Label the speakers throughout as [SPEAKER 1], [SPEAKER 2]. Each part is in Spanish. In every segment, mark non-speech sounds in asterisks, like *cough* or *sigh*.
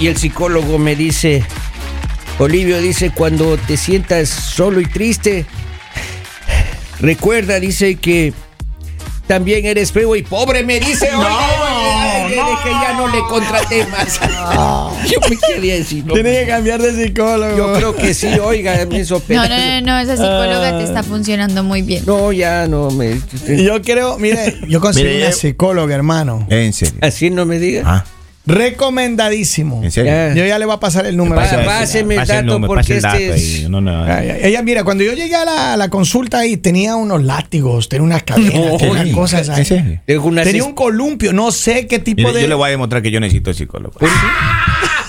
[SPEAKER 1] y el psicólogo me dice, Olivio dice, cuando te sientas solo y triste, recuerda, dice que también eres feo y pobre, me dice.
[SPEAKER 2] No,
[SPEAKER 1] Oiga, oiga, oiga,
[SPEAKER 2] no.
[SPEAKER 1] que ya no le contraté
[SPEAKER 3] *laughs*
[SPEAKER 1] más. Yo me quería decir, no,
[SPEAKER 2] Tiene que cambiar de psicólogo.
[SPEAKER 1] yo creo que sí, oiga, me hizo
[SPEAKER 4] No, no,
[SPEAKER 1] pedazo.
[SPEAKER 4] no, no, esa psicóloga te está funcionando muy bien.
[SPEAKER 1] Ah. No, ya no me.
[SPEAKER 2] Yo creo, mire, yo conseguí
[SPEAKER 3] Mire, eh,
[SPEAKER 2] una
[SPEAKER 3] yo-
[SPEAKER 2] psicóloga, hermano.
[SPEAKER 3] En serio.
[SPEAKER 1] Así no me diga.
[SPEAKER 3] Ah,
[SPEAKER 2] Recomendadísimo.
[SPEAKER 3] en serio.
[SPEAKER 1] Ya.
[SPEAKER 2] Yo ya le voy a pasar el número.
[SPEAKER 1] Pasa-
[SPEAKER 2] Ay,
[SPEAKER 1] páseme el dato
[SPEAKER 3] número,
[SPEAKER 1] porque
[SPEAKER 3] pase el
[SPEAKER 1] este
[SPEAKER 3] dato
[SPEAKER 1] es-
[SPEAKER 3] ahí, no, no.
[SPEAKER 2] ay, Ella, mira, cuando yo llegué a la, a la consulta ahí, tenía unos látigos, tenía unas cadenas,
[SPEAKER 1] No,
[SPEAKER 2] tenía unas
[SPEAKER 3] sí.
[SPEAKER 2] cosas ahí.
[SPEAKER 3] ¿En serio?
[SPEAKER 1] Tengo una
[SPEAKER 2] Tenía
[SPEAKER 1] ses-
[SPEAKER 2] un columpio, no sé qué tipo
[SPEAKER 3] Mire,
[SPEAKER 2] de.
[SPEAKER 3] yo le voy a demostrar que yo necesito psicólogo. *laughs*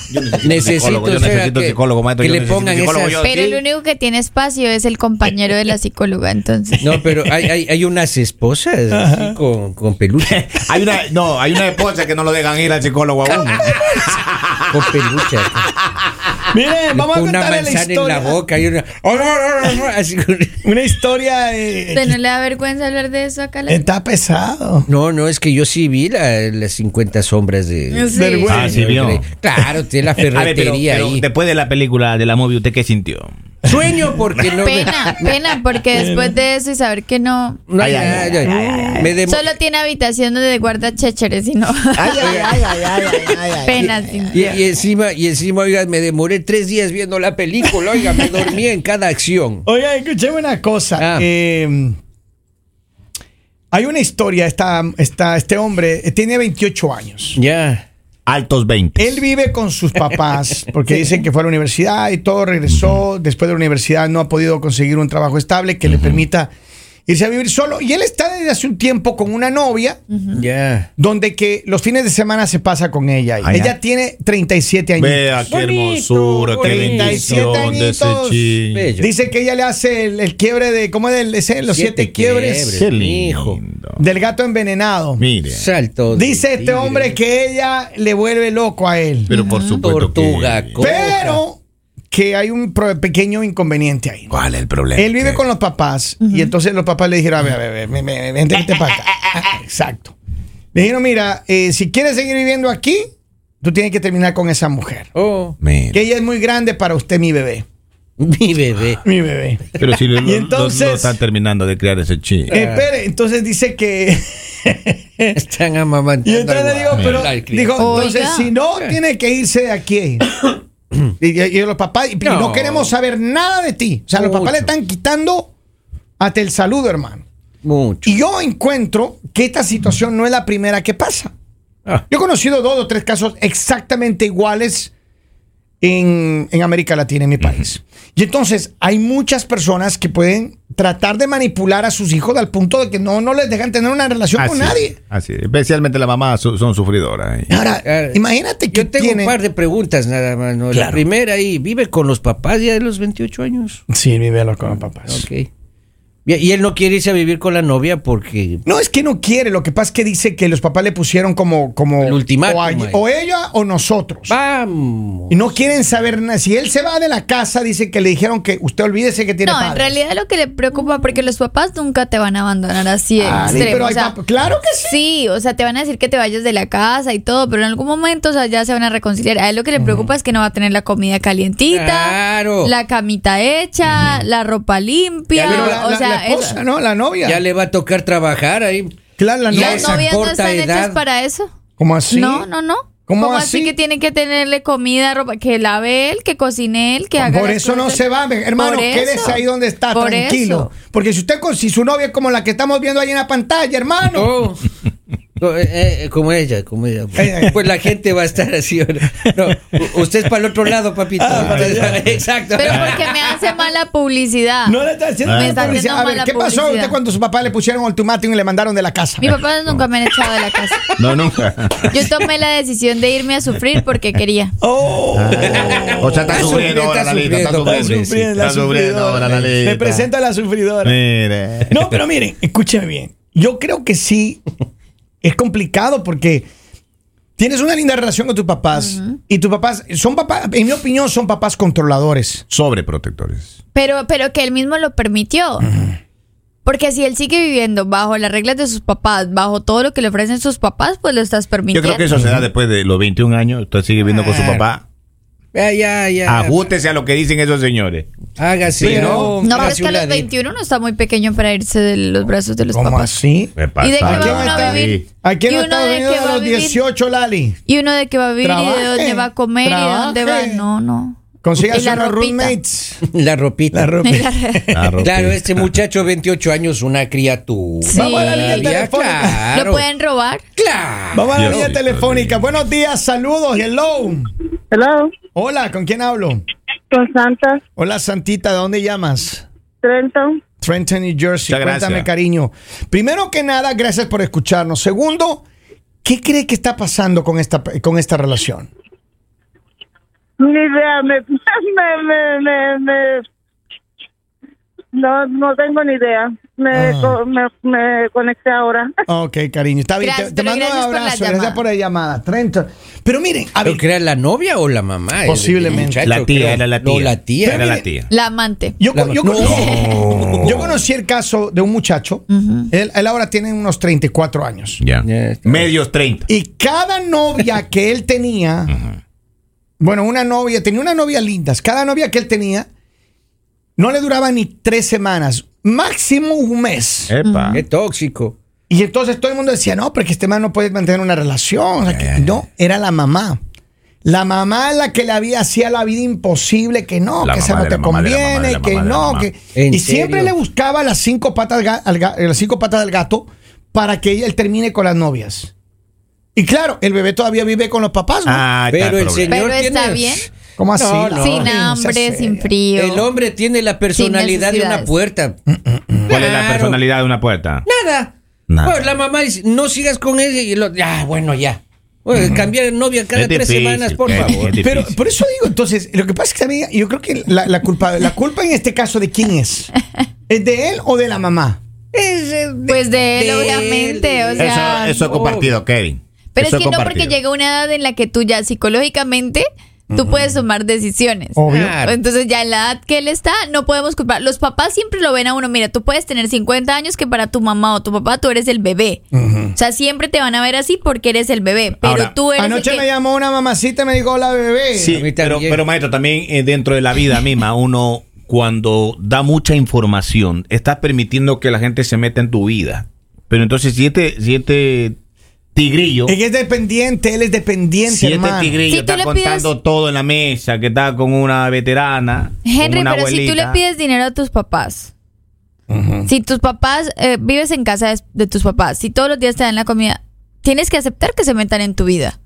[SPEAKER 3] Yo
[SPEAKER 1] Necesito,
[SPEAKER 3] psicólogo, yo
[SPEAKER 1] o sea,
[SPEAKER 3] necesito
[SPEAKER 1] que-
[SPEAKER 3] psicólogo, maestro.
[SPEAKER 1] que
[SPEAKER 3] yo
[SPEAKER 1] le
[SPEAKER 3] necesito
[SPEAKER 1] pongan
[SPEAKER 3] psicólogo,
[SPEAKER 1] esas-
[SPEAKER 3] yo-
[SPEAKER 4] Pero
[SPEAKER 3] sí.
[SPEAKER 4] el único que tiene espacio es el compañero de la
[SPEAKER 1] *laughs*
[SPEAKER 4] psicóloga, entonces.
[SPEAKER 1] No, pero hay, hay, hay unas esposas así con, con peluche.
[SPEAKER 3] Hay una, no, hay una esposa que no lo dejan ir al psicólogo a
[SPEAKER 1] *laughs*
[SPEAKER 3] uno.
[SPEAKER 1] Con
[SPEAKER 3] *laughs*
[SPEAKER 1] peluche. *laughs*
[SPEAKER 2] Mire,
[SPEAKER 1] Le
[SPEAKER 2] vamos a
[SPEAKER 1] pongo una
[SPEAKER 2] contar la
[SPEAKER 1] manzana en
[SPEAKER 2] historia.
[SPEAKER 1] la boca y una. Oh, Así con-
[SPEAKER 2] Una historia. eh,
[SPEAKER 4] ¿Usted no le da vergüenza hablar de eso acá? a la-
[SPEAKER 2] está pesado.
[SPEAKER 1] No, no, es que yo sí vi la- las 50 sombras de.
[SPEAKER 4] Sí.
[SPEAKER 2] Del güey.
[SPEAKER 3] Ah, sí, vio.
[SPEAKER 1] Claro, tiene la
[SPEAKER 3] *laughs* A ver, pero,
[SPEAKER 1] ferretería
[SPEAKER 3] pero
[SPEAKER 1] ahí.
[SPEAKER 3] después de la película, de la movie, ¿usted qué sintió?
[SPEAKER 1] Sueño porque
[SPEAKER 3] *laughs*
[SPEAKER 1] no. me-
[SPEAKER 4] Pena, pena, porque después de eso y saber que no...
[SPEAKER 1] No,
[SPEAKER 3] Ay,
[SPEAKER 1] ya,
[SPEAKER 3] ay,
[SPEAKER 1] ya,
[SPEAKER 3] ay,
[SPEAKER 1] ya.
[SPEAKER 3] ay, ay.
[SPEAKER 1] Me demo-
[SPEAKER 4] Solo tiene habitación donde guarda checheres y no... *laughs* Pena, sí.
[SPEAKER 1] y, y encima, y encima, oiga, me demoré tres días viendo la película, oiga, me dormí en cada acción.
[SPEAKER 2] Oiga, escuchemos una cosa.
[SPEAKER 1] Ah.
[SPEAKER 2] Eh, hay una historia, esta, esta- este hombre eh, tiene 28 años.
[SPEAKER 1] Ya.
[SPEAKER 3] Altos 20.
[SPEAKER 2] Él vive con sus papás porque dicen que fue a la universidad y todo, regresó. Después de la universidad no ha podido conseguir un trabajo estable que le permita irse a vivir solo. Y él está desde hace un tiempo con una novia
[SPEAKER 1] Ya.
[SPEAKER 2] donde que los fines de semana se pasa con ella.
[SPEAKER 3] Ah, ya.
[SPEAKER 2] ella tiene 37 años.
[SPEAKER 3] Vea qué hermosura, qué
[SPEAKER 1] bonito.
[SPEAKER 3] bendición de ese
[SPEAKER 2] 37
[SPEAKER 3] chico.
[SPEAKER 1] Bello.
[SPEAKER 2] Dice que ella le hace el, el quiebre de, ¿cómo es el- ese? los siete, quiebres,
[SPEAKER 3] Qué lindo.
[SPEAKER 1] hijo.
[SPEAKER 2] del gato envenenado.
[SPEAKER 3] Mire.
[SPEAKER 1] Salto. de
[SPEAKER 2] Dice este
[SPEAKER 1] tigre.
[SPEAKER 2] hombre que ella le vuelve loco a él.
[SPEAKER 3] Pero por supuesto que-
[SPEAKER 1] Tortuga, co-
[SPEAKER 2] Pero que hay un pro- pequeño inconveniente ahí.
[SPEAKER 3] ¿Cuál es el problema?
[SPEAKER 2] Él vive
[SPEAKER 3] ¿Qué?
[SPEAKER 2] con los papás y entonces los papás le dijeron, a ver, a ver, a ver, ven, ven, ven, vente para acá. *laughs* Ah, Exacto. Le dijeron, mira, eh, si quieres seguir viviendo aquí, tú tienes que terminar con esa mujer.
[SPEAKER 1] Oh,
[SPEAKER 3] Mire.
[SPEAKER 2] Que ella es muy grande para usted, mi bebé.
[SPEAKER 1] mi bebé.
[SPEAKER 2] Mi bebé.
[SPEAKER 3] Pero
[SPEAKER 1] *laughs*
[SPEAKER 3] si lo,
[SPEAKER 2] Y
[SPEAKER 3] lo- lo-
[SPEAKER 2] entonces-
[SPEAKER 3] lo están terminando de crear ese chico.
[SPEAKER 2] Eh, espere, entonces dice que... *laughs*
[SPEAKER 1] Están
[SPEAKER 2] Y
[SPEAKER 1] amamantando.
[SPEAKER 2] entonces
[SPEAKER 1] al
[SPEAKER 2] le digo,
[SPEAKER 1] guapo.
[SPEAKER 2] pero
[SPEAKER 1] Al Oh, crío.
[SPEAKER 2] dijo,
[SPEAKER 4] Oiga.
[SPEAKER 2] entonces si no tiene que irse de aquí. *coughs* Y, y- y los papás, y y no.
[SPEAKER 1] No.
[SPEAKER 2] queremos saber nada de ti. O sea, los papás
[SPEAKER 1] Mucho.
[SPEAKER 2] le están quitando hasta el saludo, hermano.
[SPEAKER 1] mucho.
[SPEAKER 2] Y yo encuentro que esta situación no es la primera que pasa.
[SPEAKER 1] Ah.
[SPEAKER 2] Yo he conocido dos o tres casos exactamente iguales en, en América Latina, en mi país. Y entonces hay muchas personas que pueden tratar de manipular a sus hijos al punto de que no, no les dejan tener una relación
[SPEAKER 3] Así,
[SPEAKER 2] con nadie.
[SPEAKER 3] así. Especialmente las mamás su- son sufridoras. eh.
[SPEAKER 2] Ahora,
[SPEAKER 1] Ah,
[SPEAKER 2] imagínate que
[SPEAKER 1] Yo tengo
[SPEAKER 2] tiene-
[SPEAKER 1] un par de preguntas nada más. ¿no? La
[SPEAKER 2] Claro.
[SPEAKER 1] primera ahí, vive con los papás ya de los 28 años.
[SPEAKER 2] Sí, vívelo con los papás.
[SPEAKER 1] Ok. Bien, Y él no quiere irse a vivir con la novia porque.
[SPEAKER 2] No, es que no quiere. Lo que pasa es que dice que los papás le pusieron como... como
[SPEAKER 1] El ultimátum
[SPEAKER 2] O, a-
[SPEAKER 1] ahí.
[SPEAKER 2] o ella o nosotros.
[SPEAKER 1] Vamos.
[SPEAKER 2] Y no quieren saber nada. Si él se va de la casa, dice que le dijeron que usted olvídese que tiene
[SPEAKER 4] No, en
[SPEAKER 2] padres.
[SPEAKER 4] realidad lo que le preocupa, porque los papás nunca te van a abandonar así de
[SPEAKER 2] Ah, sí,
[SPEAKER 4] extremo,
[SPEAKER 2] pero
[SPEAKER 4] o
[SPEAKER 2] hay
[SPEAKER 4] sea,
[SPEAKER 2] pap- claro que sí.
[SPEAKER 4] Sí, o sea, te van a decir que te vayas de la casa y todo, pero en algún momento, o sea, ya se van a reconciliar. A él lo que le preocupa es que no va a tener la comida calientita,
[SPEAKER 1] Claro.
[SPEAKER 4] la camita hecha, la ropa limpia,
[SPEAKER 1] Ya le
[SPEAKER 2] Pero
[SPEAKER 1] va-
[SPEAKER 2] la,
[SPEAKER 4] o
[SPEAKER 2] la-
[SPEAKER 4] sea,
[SPEAKER 2] la esposa,
[SPEAKER 4] eso-
[SPEAKER 2] ¿no? La novia.
[SPEAKER 1] Ya le va a tocar trabajar ahí.
[SPEAKER 2] Claro, la
[SPEAKER 1] Y
[SPEAKER 2] novia.
[SPEAKER 1] a
[SPEAKER 4] las
[SPEAKER 1] esa
[SPEAKER 4] novias no
[SPEAKER 1] corta
[SPEAKER 4] están hechas
[SPEAKER 1] edad.
[SPEAKER 4] para eso.
[SPEAKER 2] ¿Cómo así?
[SPEAKER 4] No, no, no.
[SPEAKER 2] ¿Cómo así?
[SPEAKER 4] que tiene que tenerle comida, ropa, que lave él, que cocine él, que haga
[SPEAKER 2] Por
[SPEAKER 4] las
[SPEAKER 2] eso no
[SPEAKER 4] cosas?
[SPEAKER 2] se va, hermano,
[SPEAKER 4] Por eso.
[SPEAKER 2] quédese ahí donde está,
[SPEAKER 4] Por
[SPEAKER 2] tranquilo.
[SPEAKER 4] eso.
[SPEAKER 2] Porque si usted, con- si su novia es como la que estamos viendo ahí en la pantalla, hermano.
[SPEAKER 1] No. No, eh, eh, como ella, como ella.
[SPEAKER 2] Eh, eh.
[SPEAKER 1] Pues la gente va a estar así. No, U- usted es para el otro lado, papito. Usted- exacto.
[SPEAKER 4] Pero porque me hace mala publicidad.
[SPEAKER 2] *laughs* No le está haciendo
[SPEAKER 3] Me
[SPEAKER 2] mala
[SPEAKER 4] Ah, está
[SPEAKER 2] publicidad.
[SPEAKER 4] haciendo
[SPEAKER 2] A ver,
[SPEAKER 4] mala
[SPEAKER 2] ¿qué pasó a
[SPEAKER 4] publicidad.
[SPEAKER 2] usted cuando su papá le pusieron ultimátum y le mandaron de la casa?
[SPEAKER 4] Mi papá nunca me han echado de la casa.
[SPEAKER 3] No, nunca.
[SPEAKER 4] Yo tomé la decisión de irme a sufrir porque quería.
[SPEAKER 2] *laughs* Oh,
[SPEAKER 4] Ah,
[SPEAKER 2] *laughs*
[SPEAKER 3] O sea, está
[SPEAKER 1] Está
[SPEAKER 3] sufriendo
[SPEAKER 1] sufriendo,
[SPEAKER 3] ahora
[SPEAKER 1] está
[SPEAKER 3] la lista. Está
[SPEAKER 1] sufriendo,
[SPEAKER 3] sufriendo,
[SPEAKER 2] sufriendo,
[SPEAKER 3] está sufriendo ahora la lista.
[SPEAKER 2] Me presenta la sufridora.
[SPEAKER 3] Mire.
[SPEAKER 2] No, pero miren, escúcheme bien. Yo creo que sí es complicado porque tienes una linda relación con tus papás y tus papás son papás, en mi opinión, son papás controladores.
[SPEAKER 3] Sobreprotectores.
[SPEAKER 4] Pero, pero que él mismo lo permitió. Porque si él sigue viviendo bajo las reglas de sus papás, bajo todo lo que le ofrecen sus papás, pues lo estás
[SPEAKER 3] Yo
[SPEAKER 4] permitiendo.
[SPEAKER 3] creo que eso se da después de los 21 años. Usted sigue viviendo con su papá.
[SPEAKER 1] Ya, Ah, ya, ya.
[SPEAKER 3] Ajustese a lo que dicen esos señores.
[SPEAKER 1] Hágase.
[SPEAKER 3] Ah, Sí,
[SPEAKER 1] ¿no?
[SPEAKER 3] ¿no?
[SPEAKER 4] no, pero es que a los
[SPEAKER 2] Nacionalidad.
[SPEAKER 4] 21 no está muy pequeño para irse de los brazos de los
[SPEAKER 2] ¿Cómo
[SPEAKER 4] papás.
[SPEAKER 2] así?
[SPEAKER 4] ¿Y
[SPEAKER 2] ¿A
[SPEAKER 4] de qué va
[SPEAKER 2] quién
[SPEAKER 4] uno a
[SPEAKER 2] está?
[SPEAKER 4] vivir?
[SPEAKER 2] Aquí en
[SPEAKER 4] ¿Y uno
[SPEAKER 2] Estados
[SPEAKER 4] de
[SPEAKER 2] Unidos
[SPEAKER 4] qué
[SPEAKER 2] a
[SPEAKER 4] va
[SPEAKER 2] los
[SPEAKER 4] a vivir?
[SPEAKER 2] 18, Lali.
[SPEAKER 4] Y uno de que va a vivir y
[SPEAKER 2] Trabaje,
[SPEAKER 4] de dónde va a comer y de dónde va.
[SPEAKER 2] trabaje.
[SPEAKER 4] No, no. Y
[SPEAKER 2] Consígase
[SPEAKER 4] la
[SPEAKER 2] unos
[SPEAKER 4] ropita.
[SPEAKER 2] roommates.
[SPEAKER 1] La ropita.
[SPEAKER 2] *laughs* La ropa.
[SPEAKER 3] Claro,
[SPEAKER 1] Claro,
[SPEAKER 3] ok.
[SPEAKER 1] este muchacho, 28 años, una criatura.
[SPEAKER 4] Sí. Vamos a la
[SPEAKER 1] Todavía,
[SPEAKER 4] línea
[SPEAKER 2] telefónica.
[SPEAKER 1] claro.
[SPEAKER 4] ¿Lo pueden robar?
[SPEAKER 1] Claro.
[SPEAKER 2] Vamos a la
[SPEAKER 3] Dios
[SPEAKER 2] vía
[SPEAKER 3] mío.
[SPEAKER 2] telefónica. Buenos días, saludos, hello.
[SPEAKER 5] Hello,
[SPEAKER 2] Hola, ¿con quién hablo?
[SPEAKER 5] con Santa,
[SPEAKER 2] Hola, Santita, ¿de dónde llamas?
[SPEAKER 5] Trenton.
[SPEAKER 2] Trenton, New Jersey.
[SPEAKER 3] Muchas gracias.
[SPEAKER 2] Cuéntame, cariño. Primero que nada, gracias por escucharnos. Segundo, ¿qué cree que está pasando con esta, con esta relación?
[SPEAKER 5] Ni idea, me, *laughs* me, me, me, me- No, no tengo ni idea. Me,
[SPEAKER 2] Ah.
[SPEAKER 5] co- me, me conecté ahora. *laughs*
[SPEAKER 2] Ok, cariño, está bien.
[SPEAKER 4] Gracias,
[SPEAKER 2] te, te
[SPEAKER 4] pero
[SPEAKER 2] mando un
[SPEAKER 4] gracias por la
[SPEAKER 2] abrazo.
[SPEAKER 4] llamada.
[SPEAKER 2] gracias por la llamada, Trenton. Pero miren, a ver,
[SPEAKER 1] ¿Pero que era la novia o la mamá? El-
[SPEAKER 2] Posiblemente.
[SPEAKER 1] el muchacho,
[SPEAKER 3] La tía,
[SPEAKER 1] creo.
[SPEAKER 3] era la tía.
[SPEAKER 1] No, la tía.
[SPEAKER 3] Era la tía.
[SPEAKER 4] La amante.
[SPEAKER 2] yo,
[SPEAKER 1] La-
[SPEAKER 2] yo-
[SPEAKER 1] no.
[SPEAKER 2] yo conocí el caso de un muchacho. él, él ahora tiene unos 34 años.
[SPEAKER 3] Ya.
[SPEAKER 1] Ya está.
[SPEAKER 3] Medios 30.
[SPEAKER 2] Y cada novia que él tenía, bueno, una novia, tenía unas novias lindas. Cada novia que él tenía no le duraba ni tres semanas, máximo un mes.
[SPEAKER 3] Epa.
[SPEAKER 1] Qué tóxico.
[SPEAKER 2] Y entonces todo el mundo decía, no, porque este man no puede mantener una relación. O sea, que- no, era la mamá. La mamá es la que le había hacía la vida imposible, que no,
[SPEAKER 3] La
[SPEAKER 2] que esa
[SPEAKER 3] mamá
[SPEAKER 2] no
[SPEAKER 3] de
[SPEAKER 2] te
[SPEAKER 3] la mamá de la mamá de
[SPEAKER 2] conviene,
[SPEAKER 3] la
[SPEAKER 2] que
[SPEAKER 3] mamá de la
[SPEAKER 2] no,
[SPEAKER 3] mamá.
[SPEAKER 2] que...
[SPEAKER 1] ¿En
[SPEAKER 2] Y siempre
[SPEAKER 1] serio?
[SPEAKER 2] le buscaba las cinco patas, ga- al ga- las cinco patas del gato para que ella él termine con las novias. Y claro, el bebé todavía vive con los papás, ¿no?
[SPEAKER 3] Ah, está
[SPEAKER 1] Pero el
[SPEAKER 3] problema.
[SPEAKER 1] señor
[SPEAKER 4] Pero está
[SPEAKER 1] tiene-
[SPEAKER 4] bien.
[SPEAKER 2] ¿Cómo así?
[SPEAKER 1] No, no.
[SPEAKER 4] sin
[SPEAKER 2] Ay,
[SPEAKER 4] hambre,
[SPEAKER 2] sea seria.
[SPEAKER 4] sin frío.
[SPEAKER 1] El hombre tiene la personalidad de una
[SPEAKER 4] necesidades.
[SPEAKER 1] puerta.
[SPEAKER 3] Mm. ¿Cuál es la
[SPEAKER 1] Claro.
[SPEAKER 3] personalidad de una puerta?
[SPEAKER 1] Nada.
[SPEAKER 3] Nada.
[SPEAKER 1] Bueno, la mamá dice, no sigas con él y lo, ah, bueno, ya. Bueno, cambiar de novia cada
[SPEAKER 3] Es
[SPEAKER 1] tres
[SPEAKER 3] difícil,
[SPEAKER 1] semanas, por
[SPEAKER 3] es
[SPEAKER 1] favor.
[SPEAKER 3] difícil.
[SPEAKER 2] Pero por eso digo, entonces, lo que pasa es que también yo creo que la, la culpa, la culpa en este caso de quién es. ¿Es de él o de la mamá?
[SPEAKER 4] Ah,
[SPEAKER 1] Es, eh, de-
[SPEAKER 4] Pues de él,
[SPEAKER 1] de
[SPEAKER 4] obviamente. O sea,
[SPEAKER 3] Eso, eso
[SPEAKER 1] no.
[SPEAKER 3] es compartido, Kevin.
[SPEAKER 4] pero es
[SPEAKER 3] Eso
[SPEAKER 4] que no, porque
[SPEAKER 3] compartido.
[SPEAKER 4] llega una edad en la que tú ya psicológicamente tú puedes tomar decisiones.
[SPEAKER 2] Obvio.
[SPEAKER 1] Claro.
[SPEAKER 4] Entonces ya en la edad que él está, no podemos culpar. Los papás siempre lo ven a uno. Mira, tú puedes tener 50 años que para tu mamá o tu papá tú eres el bebé. O sea, siempre te van a ver así porque eres el bebé. Pero
[SPEAKER 3] Ahora,
[SPEAKER 4] tú eres
[SPEAKER 2] Anoche
[SPEAKER 4] el
[SPEAKER 2] me
[SPEAKER 4] que-
[SPEAKER 2] llamó una mamacita y me dijo, hola bebé.
[SPEAKER 1] A
[SPEAKER 3] Sí,
[SPEAKER 1] mí
[SPEAKER 3] pero,
[SPEAKER 1] también.
[SPEAKER 3] pero maestro, también eh, dentro de la vida misma, uno cuando da mucha información, estás permitiendo que la gente se meta en tu vida. Pero entonces, si este, si este tigrillo,
[SPEAKER 2] Es que es dependiente, él es dependiente,
[SPEAKER 3] si este
[SPEAKER 2] hermano.
[SPEAKER 3] tigrillo
[SPEAKER 4] Si tú
[SPEAKER 3] está
[SPEAKER 4] le
[SPEAKER 3] contando
[SPEAKER 4] pides-
[SPEAKER 3] todo en la mesa, que está con una veterana,
[SPEAKER 4] Henry,
[SPEAKER 3] con una
[SPEAKER 4] pero si tú le
[SPEAKER 3] abuelita,
[SPEAKER 4] pides dinero a tus papás, si tus papás eh, vives en casa de, de tus papás, si todos los días te dan la comida, tienes que aceptar que se metan en tu vida.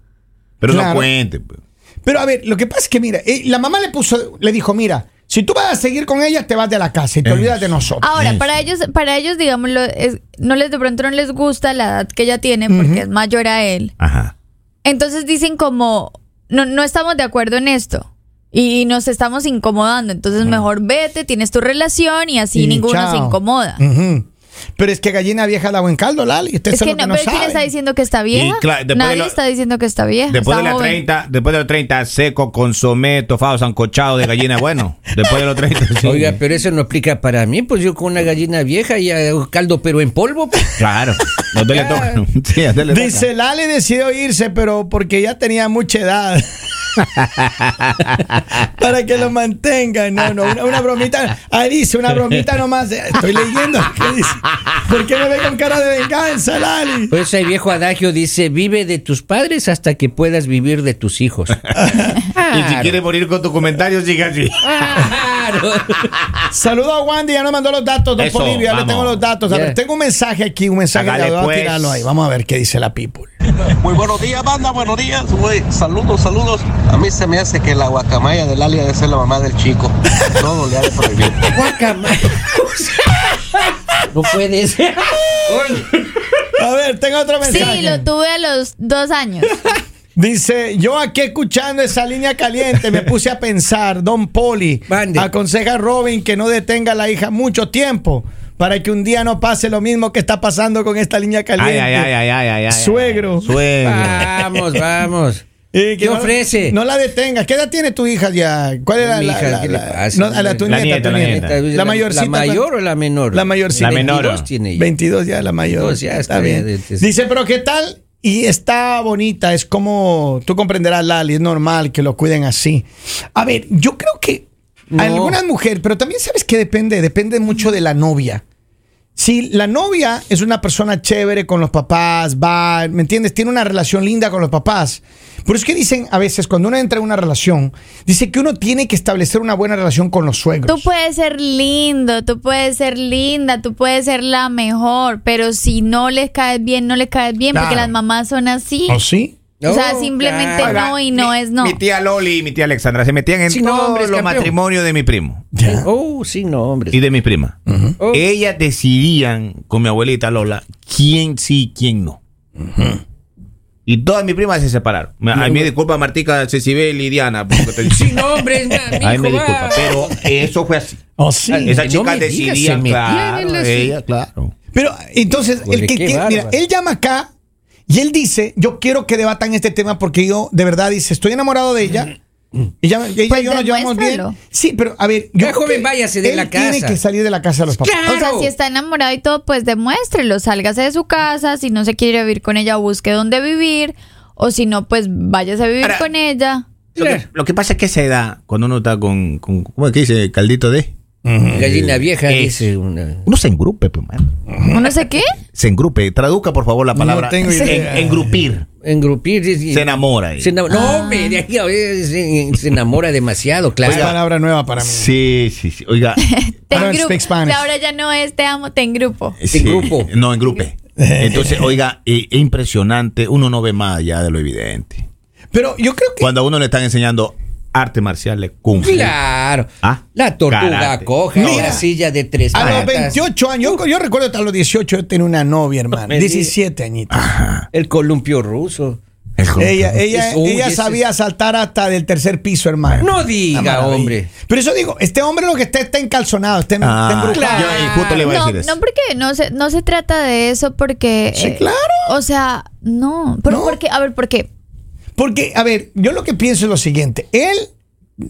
[SPEAKER 3] pero
[SPEAKER 2] Claro.
[SPEAKER 3] no cuente. pues.
[SPEAKER 2] Pero a ver, lo que pasa es que mira, eh, la mamá le puso, le dijo, mira, si tú vas a seguir con ella, te vas de la casa y te olvidas de nosotros.
[SPEAKER 4] Ahora, para ellos, para ellos, digámoslo, es- no les de pronto no les gusta la edad que ella tiene porque es mayor a él.
[SPEAKER 3] Ajá.
[SPEAKER 4] Entonces dicen como no, no estamos de acuerdo en esto. Y nos estamos incomodando. Entonces mejor vete, tienes tu relación y así
[SPEAKER 2] Y
[SPEAKER 4] ninguno se
[SPEAKER 2] chao.
[SPEAKER 4] incomoda.
[SPEAKER 2] Ujú. Pero es que gallina vieja da buen caldo, Lali. Usted
[SPEAKER 4] Ah. Es
[SPEAKER 2] es lo
[SPEAKER 4] que no,
[SPEAKER 2] que no,
[SPEAKER 4] pero ¿quién
[SPEAKER 2] sabe.
[SPEAKER 4] está diciendo que está vieja?
[SPEAKER 3] cla- después de
[SPEAKER 4] Nadie
[SPEAKER 3] la-
[SPEAKER 4] está diciendo que está vieja.
[SPEAKER 3] Después de
[SPEAKER 4] está
[SPEAKER 3] los
[SPEAKER 4] joven.
[SPEAKER 3] 30, después de los 30, seco, consomé, tofado, sancochado de gallina, bueno, después de los 30, sí.
[SPEAKER 1] pues, Oiga, pero eso no aplica para mí, pues yo con una gallina vieja y hago caldo pero en polvo. pues.
[SPEAKER 3] Claro, no te le toca. *laughs* Sí, no te le toca.
[SPEAKER 2] Dice, Lali decidió irse, pero porque ya tenía mucha
[SPEAKER 3] *laughs*
[SPEAKER 2] edad. Para que lo mantengan. No, no, una, una bromita. Ahí dice, una bromita nomás. Estoy leyendo. ¿Qué dice? ¿Por qué me ve con cara de venganza, Lali?
[SPEAKER 1] Por eso el Pues viejo adagio dice, vive de tus padres hasta que puedas vivir de tus
[SPEAKER 3] *laughs*
[SPEAKER 1] hijos.
[SPEAKER 3] Y
[SPEAKER 1] "Ah".
[SPEAKER 3] si quieres morir con tu comentario, sigue así.
[SPEAKER 1] Claro.
[SPEAKER 2] Saludo a Wandy, ya no mandó los datos, don
[SPEAKER 3] Eso,
[SPEAKER 2] Polivio, ya le
[SPEAKER 3] vamos.
[SPEAKER 2] tengo los datos. A
[SPEAKER 1] Yeah.
[SPEAKER 2] ver, tengo un mensaje aquí, un mensaje
[SPEAKER 3] Hágale,
[SPEAKER 2] de voy a
[SPEAKER 3] pues.
[SPEAKER 2] tirarlo ahí. Vamos a ver qué dice la people.
[SPEAKER 6] Muy buenos días, banda, buenos días, güey. Saludos, saludos. A mí se me hace que la guacamaya del Ali ha de ser la mamá del chico. Todo le ha de prohibir.
[SPEAKER 3] *laughs*
[SPEAKER 1] Guacamaya. No puede ser.
[SPEAKER 2] A ver, tengo otro mensaje.
[SPEAKER 4] Sí, lo tuve a los dos años.
[SPEAKER 2] Dice, yo aquí escuchando esa línea caliente
[SPEAKER 3] *laughs*
[SPEAKER 2] me puse a pensar, Don Poli,
[SPEAKER 1] Mande.
[SPEAKER 2] aconseja a Robin que no detenga a la hija mucho tiempo para que un día no pase lo mismo que está pasando con esta línea
[SPEAKER 3] Ay,
[SPEAKER 2] caliente.
[SPEAKER 3] ay, ay, ay, ay, ay, ay, ay.
[SPEAKER 2] Suegro.
[SPEAKER 3] Suegro.
[SPEAKER 1] Vamos, vamos.
[SPEAKER 2] Eh,
[SPEAKER 1] ¿Qué
[SPEAKER 2] no-
[SPEAKER 1] ofrece?
[SPEAKER 2] No la detenga. ¿Qué edad tiene tu hija ya? ¿Cuál era
[SPEAKER 1] Mi
[SPEAKER 2] la,
[SPEAKER 1] hija,
[SPEAKER 2] la-
[SPEAKER 1] ¿qué le
[SPEAKER 2] la-
[SPEAKER 1] pasa?
[SPEAKER 2] no, a la tu
[SPEAKER 3] La
[SPEAKER 2] nieta,
[SPEAKER 3] nieta,
[SPEAKER 2] tu
[SPEAKER 3] la
[SPEAKER 2] nieta.
[SPEAKER 3] nieta.
[SPEAKER 2] La mayorcita.
[SPEAKER 1] ¿La mayor o la menor?
[SPEAKER 2] La mayorcita.
[SPEAKER 3] La menor.
[SPEAKER 1] 22 tiene ella.
[SPEAKER 2] 22 ya, la mayor.
[SPEAKER 1] 22 ya
[SPEAKER 2] está
[SPEAKER 1] está,
[SPEAKER 2] bien.
[SPEAKER 1] ya, ya, ya.
[SPEAKER 2] Dice, pero ¿qué tal? Y está bonita, es como tú comprenderás, Lali, es normal que lo cuiden así. A ver, yo creo que
[SPEAKER 1] No.
[SPEAKER 2] algunas mujeres, pero también sabes que depende, depende mucho de la novia. Si la novia es una persona chévere con los papás, va, ¿me entiendes? Tiene una relación linda con los papás. Por eso es que dicen a veces, cuando uno entra en una relación, dice que uno tiene que establecer una buena relación con los suegros.
[SPEAKER 4] Tú puedes ser lindo, tú puedes ser linda, tú puedes ser la mejor, pero si no les caes bien, no les caes bien, porque
[SPEAKER 2] Claro. Oh,
[SPEAKER 4] las mamás son así.
[SPEAKER 2] ¿O sí?
[SPEAKER 1] No,
[SPEAKER 4] o sea, simplemente
[SPEAKER 1] claro.
[SPEAKER 4] no y no
[SPEAKER 3] mi,
[SPEAKER 4] es no.
[SPEAKER 3] Mi tía Loli y mi tía Alexandra se metían en
[SPEAKER 1] Sí, no,
[SPEAKER 3] todos
[SPEAKER 1] hombre, es
[SPEAKER 3] los
[SPEAKER 1] campeón.
[SPEAKER 3] matrimonios de mi primo
[SPEAKER 2] Ya.
[SPEAKER 1] *laughs* Oh, sí, no, hombre.
[SPEAKER 3] y de mi prima.
[SPEAKER 1] Oh.
[SPEAKER 3] Ellas decidían con mi abuelita Lola quién sí y quién no. Y todas mis primas se separaron. Me- A mí me disculpa Martica, Cecibel y Diana. porque te-
[SPEAKER 1] *laughs* Sí, no, hombre. es mi- mi
[SPEAKER 3] A mí me
[SPEAKER 1] hijo, va.
[SPEAKER 3] disculpa, pero eso fue así.
[SPEAKER 2] ¿O sí?
[SPEAKER 1] Ay,
[SPEAKER 3] Esas
[SPEAKER 1] no
[SPEAKER 3] chicas
[SPEAKER 1] me digas, se
[SPEAKER 3] decidían,
[SPEAKER 1] metían
[SPEAKER 3] claro,
[SPEAKER 1] en las-
[SPEAKER 3] ella, claro.
[SPEAKER 2] Pero entonces,
[SPEAKER 1] Híjole,
[SPEAKER 2] el que,
[SPEAKER 1] qué
[SPEAKER 2] que- mira,
[SPEAKER 1] bárbaro.
[SPEAKER 2] él llama acá y él dice, yo quiero que debatan este tema porque yo de verdad dice, estoy enamorado de ella. Y ya- ella y yo nos llevamos bien.
[SPEAKER 4] demuéstralo.
[SPEAKER 2] Sí, pero a ver, yo
[SPEAKER 1] Mm. Ya,
[SPEAKER 2] creo
[SPEAKER 1] joven,
[SPEAKER 2] que
[SPEAKER 1] váyase de
[SPEAKER 2] él
[SPEAKER 1] la
[SPEAKER 2] Tiene
[SPEAKER 1] casa.
[SPEAKER 2] que salir de la casa de los papás.
[SPEAKER 1] Claro.
[SPEAKER 4] O sea, si está enamorado y todo, pues demuéstrelo. Sálgase de su casa. Si no se quiere vivir con ella, busque dónde vivir. O si no, pues váyase a vivir
[SPEAKER 3] Ahora-
[SPEAKER 4] con ella.
[SPEAKER 3] Lo que, lo que pasa es que esa edad, cuando uno está con, con ¿cómo es que dice? Caldito de...
[SPEAKER 1] Gallina vieja
[SPEAKER 3] Es-
[SPEAKER 1] dice una.
[SPEAKER 3] Uno se engrupe, pues, man.
[SPEAKER 4] ¿No sé qué?
[SPEAKER 3] Se engrupe. Traduzca, por favor, la palabra.
[SPEAKER 2] tengo
[SPEAKER 3] En-
[SPEAKER 2] idea.
[SPEAKER 3] engrupir.
[SPEAKER 1] Engrupir. dice-
[SPEAKER 3] Se enamora. eh.
[SPEAKER 1] Se enamo- No, hombre, de aquí a veces eh, se, se enamora demasiado,
[SPEAKER 3] Pues,
[SPEAKER 2] Es
[SPEAKER 1] claro.
[SPEAKER 2] palabra nueva para mí.
[SPEAKER 3] Sí, sí, sí.
[SPEAKER 4] *laughs*
[SPEAKER 3] Oiga.
[SPEAKER 4] Te
[SPEAKER 2] Ahora
[SPEAKER 4] engrupo.
[SPEAKER 2] speak Spanish.
[SPEAKER 4] Ahora ya no es te amo, te engrupo.
[SPEAKER 3] sí.
[SPEAKER 1] Engrupo.
[SPEAKER 2] *laughs*
[SPEAKER 3] No, engrupe. Entonces, oiga, eh, es impresionante. Uno no ve más allá de lo evidente.
[SPEAKER 2] Pero yo creo que...
[SPEAKER 3] Cuando a uno le están enseñando arte marcial, le cumple.
[SPEAKER 1] Claro.
[SPEAKER 3] Ah,
[SPEAKER 1] la tortuga
[SPEAKER 3] karate.
[SPEAKER 1] coja,
[SPEAKER 2] Mira,
[SPEAKER 1] la silla de tres
[SPEAKER 2] A los
[SPEAKER 1] patas.
[SPEAKER 2] 28 años, yo, yo recuerdo hasta los 18 yo tenía una novia, hermano.
[SPEAKER 1] Me dice-
[SPEAKER 2] 17 añitos.
[SPEAKER 1] El columpio ruso.
[SPEAKER 3] El grupo.
[SPEAKER 2] Ella, ella,
[SPEAKER 1] Es- uy,
[SPEAKER 2] ella
[SPEAKER 1] ese
[SPEAKER 2] sabía saltar hasta del tercer piso, hermano.
[SPEAKER 1] No
[SPEAKER 2] Una
[SPEAKER 1] diga,
[SPEAKER 2] maravilla.
[SPEAKER 1] hombre.
[SPEAKER 2] Pero eso digo, este hombre lo que está está encalzonado, está, en-
[SPEAKER 3] Ah,
[SPEAKER 2] está embrujado.
[SPEAKER 1] Claro.
[SPEAKER 3] yo, eh, justo le voy a
[SPEAKER 4] No,
[SPEAKER 3] decir eso.
[SPEAKER 4] no, porque no se, no se trata de eso, porque.
[SPEAKER 2] Sí,
[SPEAKER 4] eh,
[SPEAKER 2] claro.
[SPEAKER 4] o sea, no. Pero
[SPEAKER 2] No.
[SPEAKER 4] porque, a ver, ¿por qué?
[SPEAKER 2] Porque, a ver, yo lo que pienso es lo siguiente. Él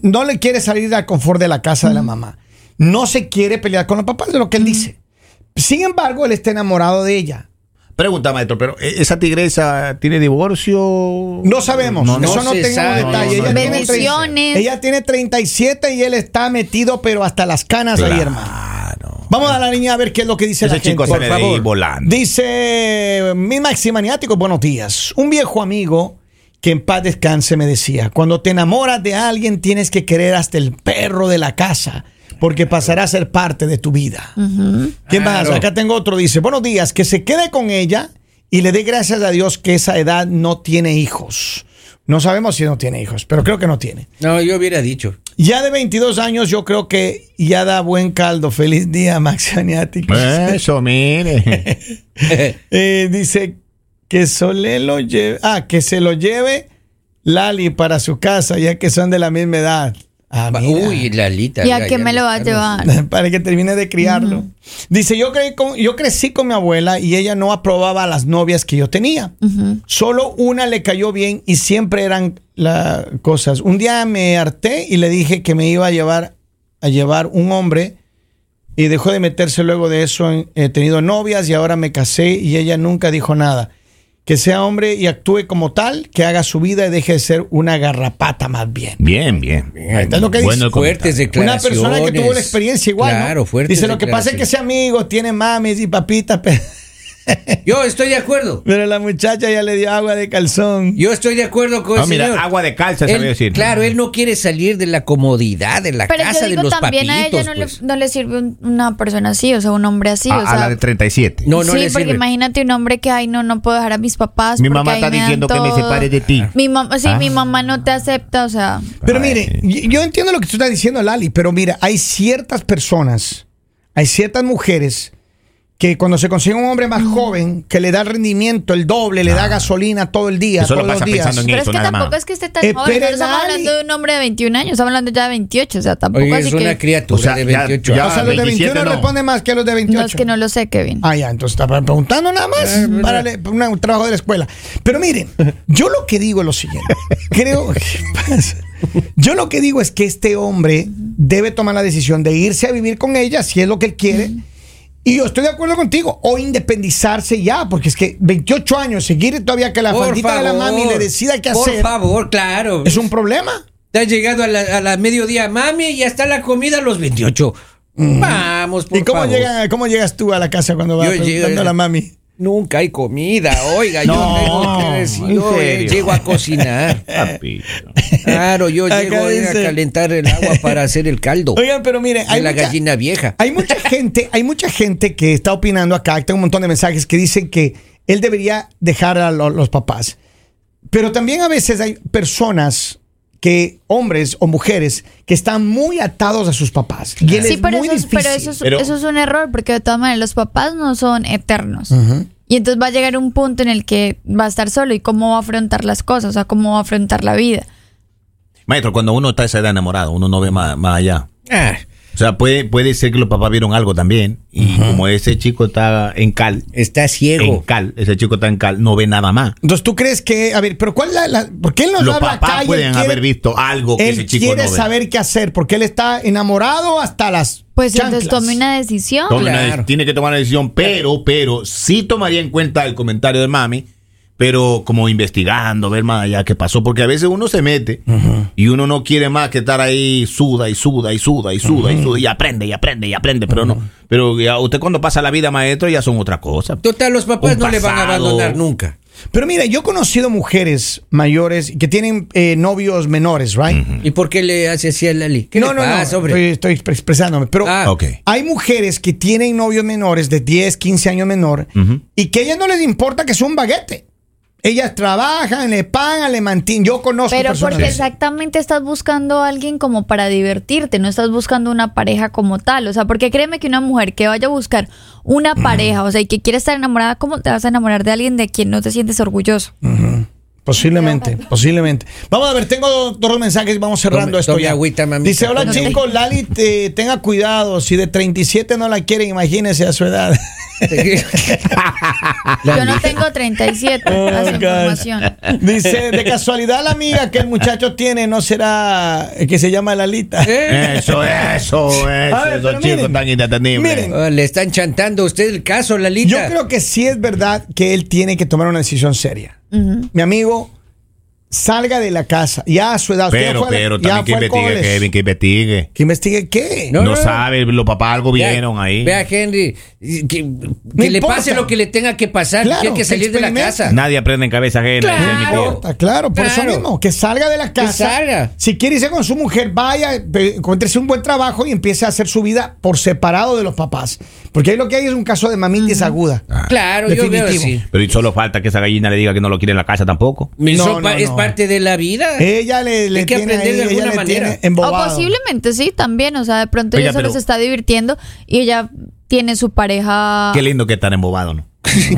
[SPEAKER 2] no le quiere salir al confort de la casa de la mamá. No se quiere pelear con los papás, es lo que él dice. Sin embargo, él está enamorado de ella.
[SPEAKER 3] Pregunta, maestro, pero eh, ¿esa tigresa tiene divorcio?
[SPEAKER 2] No sabemos.
[SPEAKER 1] No, no
[SPEAKER 2] Eso no
[SPEAKER 1] se
[SPEAKER 2] tenemos
[SPEAKER 1] sabe.
[SPEAKER 2] detalle.
[SPEAKER 1] No, no,
[SPEAKER 2] ella,
[SPEAKER 1] no.
[SPEAKER 2] tiene tre-
[SPEAKER 4] Bendiciones.
[SPEAKER 2] ella tiene 37 y él está metido, pero hasta las canas ahí, hermano.
[SPEAKER 3] Claro.
[SPEAKER 2] Vamos a la niña a ver qué es lo que dice
[SPEAKER 3] Ese
[SPEAKER 2] la
[SPEAKER 3] chico
[SPEAKER 2] gente.
[SPEAKER 3] sale de ahí
[SPEAKER 1] favor.
[SPEAKER 3] volando.
[SPEAKER 2] Dice mi maximaniático, buenos días. Un viejo amigo que en paz descanse me decía, cuando te enamoras de alguien tienes que querer hasta el perro de la casa, porque pasará a ser parte de tu vida. ¿Quién más?
[SPEAKER 1] Claro.
[SPEAKER 2] Acá tengo otro, dice, buenos días, que se quede con ella y le dé gracias a Dios que esa edad no tiene hijos. No sabemos si no tiene hijos, pero creo que no tiene.
[SPEAKER 1] No, yo hubiera
[SPEAKER 3] *laughs*
[SPEAKER 1] dicho.
[SPEAKER 2] Ya de 22 años yo creo que ya da buen caldo. Feliz día, Maxaniático.
[SPEAKER 3] Eso, mire. Ah,
[SPEAKER 2] Eh, dice que Solé lo lleve. Ah, que se lo lleve Lali para su casa, ya que son de la misma edad. Ah, mira.
[SPEAKER 1] Uy, Lalita.
[SPEAKER 4] ¿Y a
[SPEAKER 1] ya-
[SPEAKER 4] qué
[SPEAKER 1] ya
[SPEAKER 4] me lo va a
[SPEAKER 1] estamos-
[SPEAKER 4] llevar?
[SPEAKER 2] *laughs* Para que termine de criarlo. Dice, yo, creí con- yo crecí con mi abuela y ella no aprobaba a las novias que yo tenía. Solo una le cayó bien y siempre eran las cosas. Un día me harté y le dije que me iba a llevar a llevar un hombre y dejó de meterse luego de eso. en- He tenido novias y ahora me casé y ella nunca dijo nada. Que sea hombre y actúe como tal, que haga su vida y deje de ser una garrapata más bien.
[SPEAKER 3] *laughs* Bien, bien.
[SPEAKER 2] está lo que dice.
[SPEAKER 3] el
[SPEAKER 1] Fuertes
[SPEAKER 3] comentario.
[SPEAKER 2] Una
[SPEAKER 1] declaraciones.
[SPEAKER 2] persona que tuvo la experiencia igual. ¿no?
[SPEAKER 1] Claro, fuertes
[SPEAKER 2] Dice, lo que pasa es que ese amigo tiene mames y papitas, *laughs* pe-
[SPEAKER 1] declaraciones. Yo estoy de acuerdo.
[SPEAKER 2] pero la muchacha ya le dio agua de calzón.
[SPEAKER 1] Yo estoy de acuerdo con
[SPEAKER 3] Ah,
[SPEAKER 1] el
[SPEAKER 3] mira,
[SPEAKER 1] señor.
[SPEAKER 3] agua de calza,
[SPEAKER 1] Él-
[SPEAKER 3] sabía decir.
[SPEAKER 1] Claro, él no quiere salir de la comodidad, de la
[SPEAKER 4] Pero
[SPEAKER 1] casa
[SPEAKER 4] yo
[SPEAKER 1] de
[SPEAKER 4] digo
[SPEAKER 1] los
[SPEAKER 4] también a ella
[SPEAKER 1] papitos.
[SPEAKER 4] no,
[SPEAKER 1] pues.
[SPEAKER 4] le, no le sirve un- una persona así, o sea, un hombre así.
[SPEAKER 3] a,
[SPEAKER 4] o
[SPEAKER 3] a
[SPEAKER 4] sea,
[SPEAKER 3] la de 37.
[SPEAKER 1] No, no
[SPEAKER 4] sí,
[SPEAKER 1] le
[SPEAKER 4] porque
[SPEAKER 1] sirve.
[SPEAKER 4] imagínate un hombre que, ay, no, no puedo dejar a mis papás.
[SPEAKER 3] Mi
[SPEAKER 4] porque
[SPEAKER 3] mamá
[SPEAKER 4] ahí
[SPEAKER 3] está
[SPEAKER 4] me dan
[SPEAKER 3] diciendo que me
[SPEAKER 4] todo.
[SPEAKER 3] separe de ti.
[SPEAKER 4] Mi mamá, sí,
[SPEAKER 3] Ah.
[SPEAKER 4] mi mamá no te acepta, o sea.
[SPEAKER 2] Pero
[SPEAKER 3] Ay.
[SPEAKER 2] mire, y- yo entiendo lo que tú estás diciendo, Lali, pero mira, hay ciertas personas, hay ciertas mujeres que cuando se consigue un hombre más joven que le da rendimiento el doble, le da gasolina todo el día,
[SPEAKER 3] Ah. Eso lo
[SPEAKER 2] todos los
[SPEAKER 3] pasa
[SPEAKER 2] días.
[SPEAKER 3] pensando en
[SPEAKER 4] Pero
[SPEAKER 3] eso,
[SPEAKER 4] es que
[SPEAKER 3] nada más.
[SPEAKER 4] tampoco es que esté tan
[SPEAKER 2] Eh,
[SPEAKER 4] joven.
[SPEAKER 2] pero
[SPEAKER 4] No estamos
[SPEAKER 2] Lali-
[SPEAKER 4] hablando de un hombre de 21 años, estamos hablando ya de 28. O sea, tampoco
[SPEAKER 1] Oye,
[SPEAKER 4] así
[SPEAKER 1] es una
[SPEAKER 4] que.
[SPEAKER 1] criatura
[SPEAKER 3] O sea,
[SPEAKER 1] de
[SPEAKER 3] ya-
[SPEAKER 1] 28
[SPEAKER 3] ya-
[SPEAKER 2] o
[SPEAKER 1] años.
[SPEAKER 2] sea, los de
[SPEAKER 3] 27
[SPEAKER 2] 21
[SPEAKER 3] no.
[SPEAKER 2] responden más que los de 28.
[SPEAKER 4] No, es que no lo sé, Kevin.
[SPEAKER 2] Ah, ya, entonces estaban preguntando nada más
[SPEAKER 1] Eh, pues
[SPEAKER 2] para le- para una- un trabajo de la escuela. Pero miren, yo lo que digo es lo siguiente. Creo Yo lo que digo es que este hombre debe tomar la decisión de irse a vivir con ella si es lo que él quiere. Y yo estoy de acuerdo contigo. O independizarse ya, porque es que 28 años, seguir todavía que la
[SPEAKER 1] Por
[SPEAKER 2] faldita de la mami le decida qué
[SPEAKER 1] por
[SPEAKER 2] hacer,
[SPEAKER 1] favor, claro.
[SPEAKER 2] es un problema.
[SPEAKER 1] Está llegando a la, a la mediodía, mami, ya está la comida a los 28. Vamos, por
[SPEAKER 2] Mm. ¿Y cómo,
[SPEAKER 1] favor.
[SPEAKER 2] llegan, cómo llegas tú a la casa cuando vas
[SPEAKER 1] Yo
[SPEAKER 2] preguntando
[SPEAKER 1] llego-
[SPEAKER 2] a la mami?
[SPEAKER 1] Nunca hay comida, oiga,
[SPEAKER 2] No,
[SPEAKER 1] yo tengo que decir,
[SPEAKER 7] en
[SPEAKER 1] yo, eh,
[SPEAKER 7] serio.
[SPEAKER 1] llego a cocinar.
[SPEAKER 7] Papi.
[SPEAKER 1] Claro, yo
[SPEAKER 2] Acá
[SPEAKER 1] llego eh,
[SPEAKER 2] dice-
[SPEAKER 1] a calentar el agua para hacer el caldo de
[SPEAKER 2] Oigan, pero miren, hay
[SPEAKER 1] la
[SPEAKER 2] mucha-
[SPEAKER 1] gallina vieja.
[SPEAKER 2] Hay
[SPEAKER 3] *laughs*
[SPEAKER 2] mucha gente, hay mucha gente que está opinando acá, que tengo un montón de mensajes que dicen que él debería dejar a lo- los papás. Pero también a veces hay personas que, hombres o mujeres, que están muy atados a sus papás. Y él
[SPEAKER 4] Sí,
[SPEAKER 2] es
[SPEAKER 4] pero,
[SPEAKER 2] muy
[SPEAKER 4] eso es,
[SPEAKER 2] difícil.
[SPEAKER 4] pero eso es-
[SPEAKER 7] Pero-
[SPEAKER 4] eso es un error, porque de todas maneras los papás no son eternos. Y entonces va a llegar un punto en el que va a estar solo y cómo va a afrontar las cosas, o sea, cómo va a afrontar la vida.
[SPEAKER 3] Maestro, cuando uno está a esa edad enamorado, uno no ve más, más allá.
[SPEAKER 1] Ah,
[SPEAKER 3] O sea, puede, puede ser que los papás vieron algo también. Y como ese chico está en cal,
[SPEAKER 1] está
[SPEAKER 3] en
[SPEAKER 1] ciego.
[SPEAKER 3] cal, ese chico está en cal, no ve nada más.
[SPEAKER 2] Entonces tú crees que, a ver, pero ¿cuál la, la- ¿por qué él nos
[SPEAKER 3] Los
[SPEAKER 2] habla
[SPEAKER 3] papás
[SPEAKER 2] acá? y él
[SPEAKER 3] pueden
[SPEAKER 2] quiere-
[SPEAKER 3] haber visto algo que ese
[SPEAKER 2] Él
[SPEAKER 3] chico
[SPEAKER 2] quiere
[SPEAKER 3] no ve.
[SPEAKER 2] saber qué hacer, porque él está enamorado hasta las
[SPEAKER 4] Pues entonces
[SPEAKER 2] chanclas.
[SPEAKER 4] tome una
[SPEAKER 2] Ah,
[SPEAKER 4] decisión.
[SPEAKER 3] Tome una
[SPEAKER 1] Claro.
[SPEAKER 3] de- tiene que tomar una decisión, pero, pero, sí tomaría en cuenta el comentario de mami, pero como investigando, ver más allá qué pasó, porque a veces uno se mete y uno no quiere más que estar ahí suda y suda y suda y suda y suda y aprende y aprende y aprende, pero no, pero ya usted cuando pasa la vida maestro ya son otra cosa.
[SPEAKER 1] Total, los papás
[SPEAKER 3] Un
[SPEAKER 1] no le van a
[SPEAKER 3] pasado.
[SPEAKER 1] abandonar nunca.
[SPEAKER 2] Pero mira, yo he conocido mujeres mayores que tienen eh, novios menores, ¿right?
[SPEAKER 3] Mm.
[SPEAKER 1] ¿Y por qué le hace así a Lali? ¿Qué
[SPEAKER 2] no,
[SPEAKER 1] le
[SPEAKER 2] no,
[SPEAKER 1] pasa,
[SPEAKER 2] no,
[SPEAKER 1] hombre?
[SPEAKER 2] estoy- estoy, expre- expresándome, pero
[SPEAKER 1] Ah,
[SPEAKER 3] ok.
[SPEAKER 2] hay mujeres que tienen novios menores de 10, 15 años menor y que a ellas no les importa que sea un baguete. Ellas trabajan, le pagan, le mantienen. Yo conozco
[SPEAKER 4] Pero
[SPEAKER 2] personas
[SPEAKER 4] porque
[SPEAKER 2] así.
[SPEAKER 4] exactamente estás buscando a alguien como para divertirte, no estás buscando una pareja como tal. O sea, porque créeme que una mujer que vaya a buscar una pareja, o sea, y que quiere estar enamorada, ¿cómo te vas a enamorar de alguien de quien no te sientes orgulloso?
[SPEAKER 2] Mm, Posiblemente, posiblemente. Vamos a ver, tengo dos, dos mensajes, vamos cerrando
[SPEAKER 1] Tome-
[SPEAKER 2] esto
[SPEAKER 1] tome
[SPEAKER 2] ya.
[SPEAKER 1] agüita, mamita.
[SPEAKER 2] Dice, hola
[SPEAKER 1] Tome
[SPEAKER 2] chicos, Lali, te- tenga cuidado, si de 37 no la quieren, imagínese a su
[SPEAKER 4] *laughs*
[SPEAKER 2] edad.
[SPEAKER 4] Yo no tengo 37, a
[SPEAKER 2] *laughs*
[SPEAKER 4] su
[SPEAKER 2] Oh, God.
[SPEAKER 4] información.
[SPEAKER 2] Dice, de casualidad la amiga que el muchacho tiene no será eh, que se llama Lalita.
[SPEAKER 1] ¿Eh?
[SPEAKER 2] *laughs*
[SPEAKER 3] Eso, eso,
[SPEAKER 2] A
[SPEAKER 3] eso,
[SPEAKER 2] ver, pero
[SPEAKER 3] esos chicos
[SPEAKER 2] miren,
[SPEAKER 3] tan inentendibles.
[SPEAKER 2] miren,
[SPEAKER 1] Ah, *laughs* le están chantando a usted el caso,
[SPEAKER 2] Yo
[SPEAKER 1] Lalita.
[SPEAKER 2] creo que sí es verdad que él tiene que tomar una decisión seria. Mi amigo, salga de la casa, ya a su edad. usted ya
[SPEAKER 3] pero,
[SPEAKER 2] fue a la-
[SPEAKER 3] pero,
[SPEAKER 2] ya
[SPEAKER 3] también que
[SPEAKER 2] fue al
[SPEAKER 3] investigue,
[SPEAKER 2] college.
[SPEAKER 3] Kevin, que investigue.
[SPEAKER 2] Que investigue qué.
[SPEAKER 1] No,
[SPEAKER 3] No,
[SPEAKER 1] no, no.
[SPEAKER 3] sabe, los papás algo
[SPEAKER 1] Vea-
[SPEAKER 3] vieron ahí.
[SPEAKER 1] Vea, Henry, y- que, que le
[SPEAKER 2] importa.
[SPEAKER 1] pase lo que le tenga que pasar.
[SPEAKER 2] Claro,
[SPEAKER 1] tiene que
[SPEAKER 2] que
[SPEAKER 1] salir de la
[SPEAKER 2] experimente.
[SPEAKER 1] casa.
[SPEAKER 3] Nadie aprende en cabeza ajena.
[SPEAKER 1] Claro.
[SPEAKER 3] dice mi
[SPEAKER 2] No
[SPEAKER 3] tío.
[SPEAKER 2] importa, claro, por eso
[SPEAKER 1] Claro.
[SPEAKER 2] mismo, que salga de la casa.
[SPEAKER 1] salga.
[SPEAKER 2] Si quiere irse con su mujer, vaya, ve- encuéntrese un buen trabajo y empiece a hacer su vida por separado de los papás. Porque ahí lo que hay es un caso de mamitis aguda.
[SPEAKER 3] Ah.
[SPEAKER 1] Claro, yo veo
[SPEAKER 2] Definitivo.
[SPEAKER 1] así.
[SPEAKER 3] Pero y solo falta que esa gallina le diga que no lo quiere en la casa tampoco.
[SPEAKER 1] Mi
[SPEAKER 2] No,
[SPEAKER 1] sopa
[SPEAKER 2] no,
[SPEAKER 1] es
[SPEAKER 2] no.
[SPEAKER 1] parte de la vida.
[SPEAKER 3] Eh,
[SPEAKER 2] Ella le, le
[SPEAKER 1] Hay que
[SPEAKER 2] tiene
[SPEAKER 1] aprender de
[SPEAKER 2] ahí, ella
[SPEAKER 1] alguna
[SPEAKER 2] le
[SPEAKER 1] manera.
[SPEAKER 2] tiene
[SPEAKER 4] O
[SPEAKER 2] embobado.
[SPEAKER 4] posiblemente sí, también. O sea, de pronto
[SPEAKER 3] Oiga,
[SPEAKER 4] ella solo
[SPEAKER 3] pero-
[SPEAKER 4] se está divirtiendo y ella tiene su pareja.
[SPEAKER 3] Ah. Qué lindo que estar embobado, *laughs* ¿no?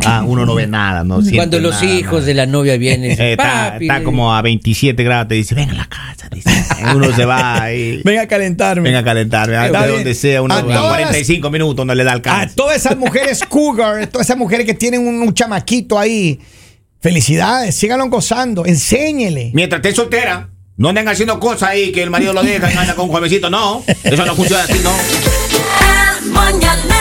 [SPEAKER 3] Ah, uno no ve nada, no siente
[SPEAKER 1] Cuando los
[SPEAKER 3] nada,
[SPEAKER 1] hijos
[SPEAKER 3] nada.
[SPEAKER 1] de la novia vienen.
[SPEAKER 3] *laughs* Eh, está,
[SPEAKER 1] "Papi,
[SPEAKER 3] está como a 27 grados, te dice, ven a la casa,
[SPEAKER 2] *laughs*
[SPEAKER 3] dice. Uno se va ahí.
[SPEAKER 2] Venga a calentarme.
[SPEAKER 3] Venga a calentar, venga,
[SPEAKER 2] Está
[SPEAKER 3] de
[SPEAKER 2] bien.
[SPEAKER 3] donde sea, uno
[SPEAKER 2] A
[SPEAKER 3] a
[SPEAKER 2] todas-
[SPEAKER 3] 45 minutos no le da
[SPEAKER 2] A
[SPEAKER 3] alcance.
[SPEAKER 2] Ah, todas esas mujeres cougar, todas esas mujeres que tienen un, un chamaquito ahí, felicidades, síganlo gozando, enséñele.
[SPEAKER 3] Mientras esté soltera, no anden haciendo cosas ahí que el marido lo deja y anda con un jovencito, no. Eso no funciona así, no.
[SPEAKER 8] El mañanero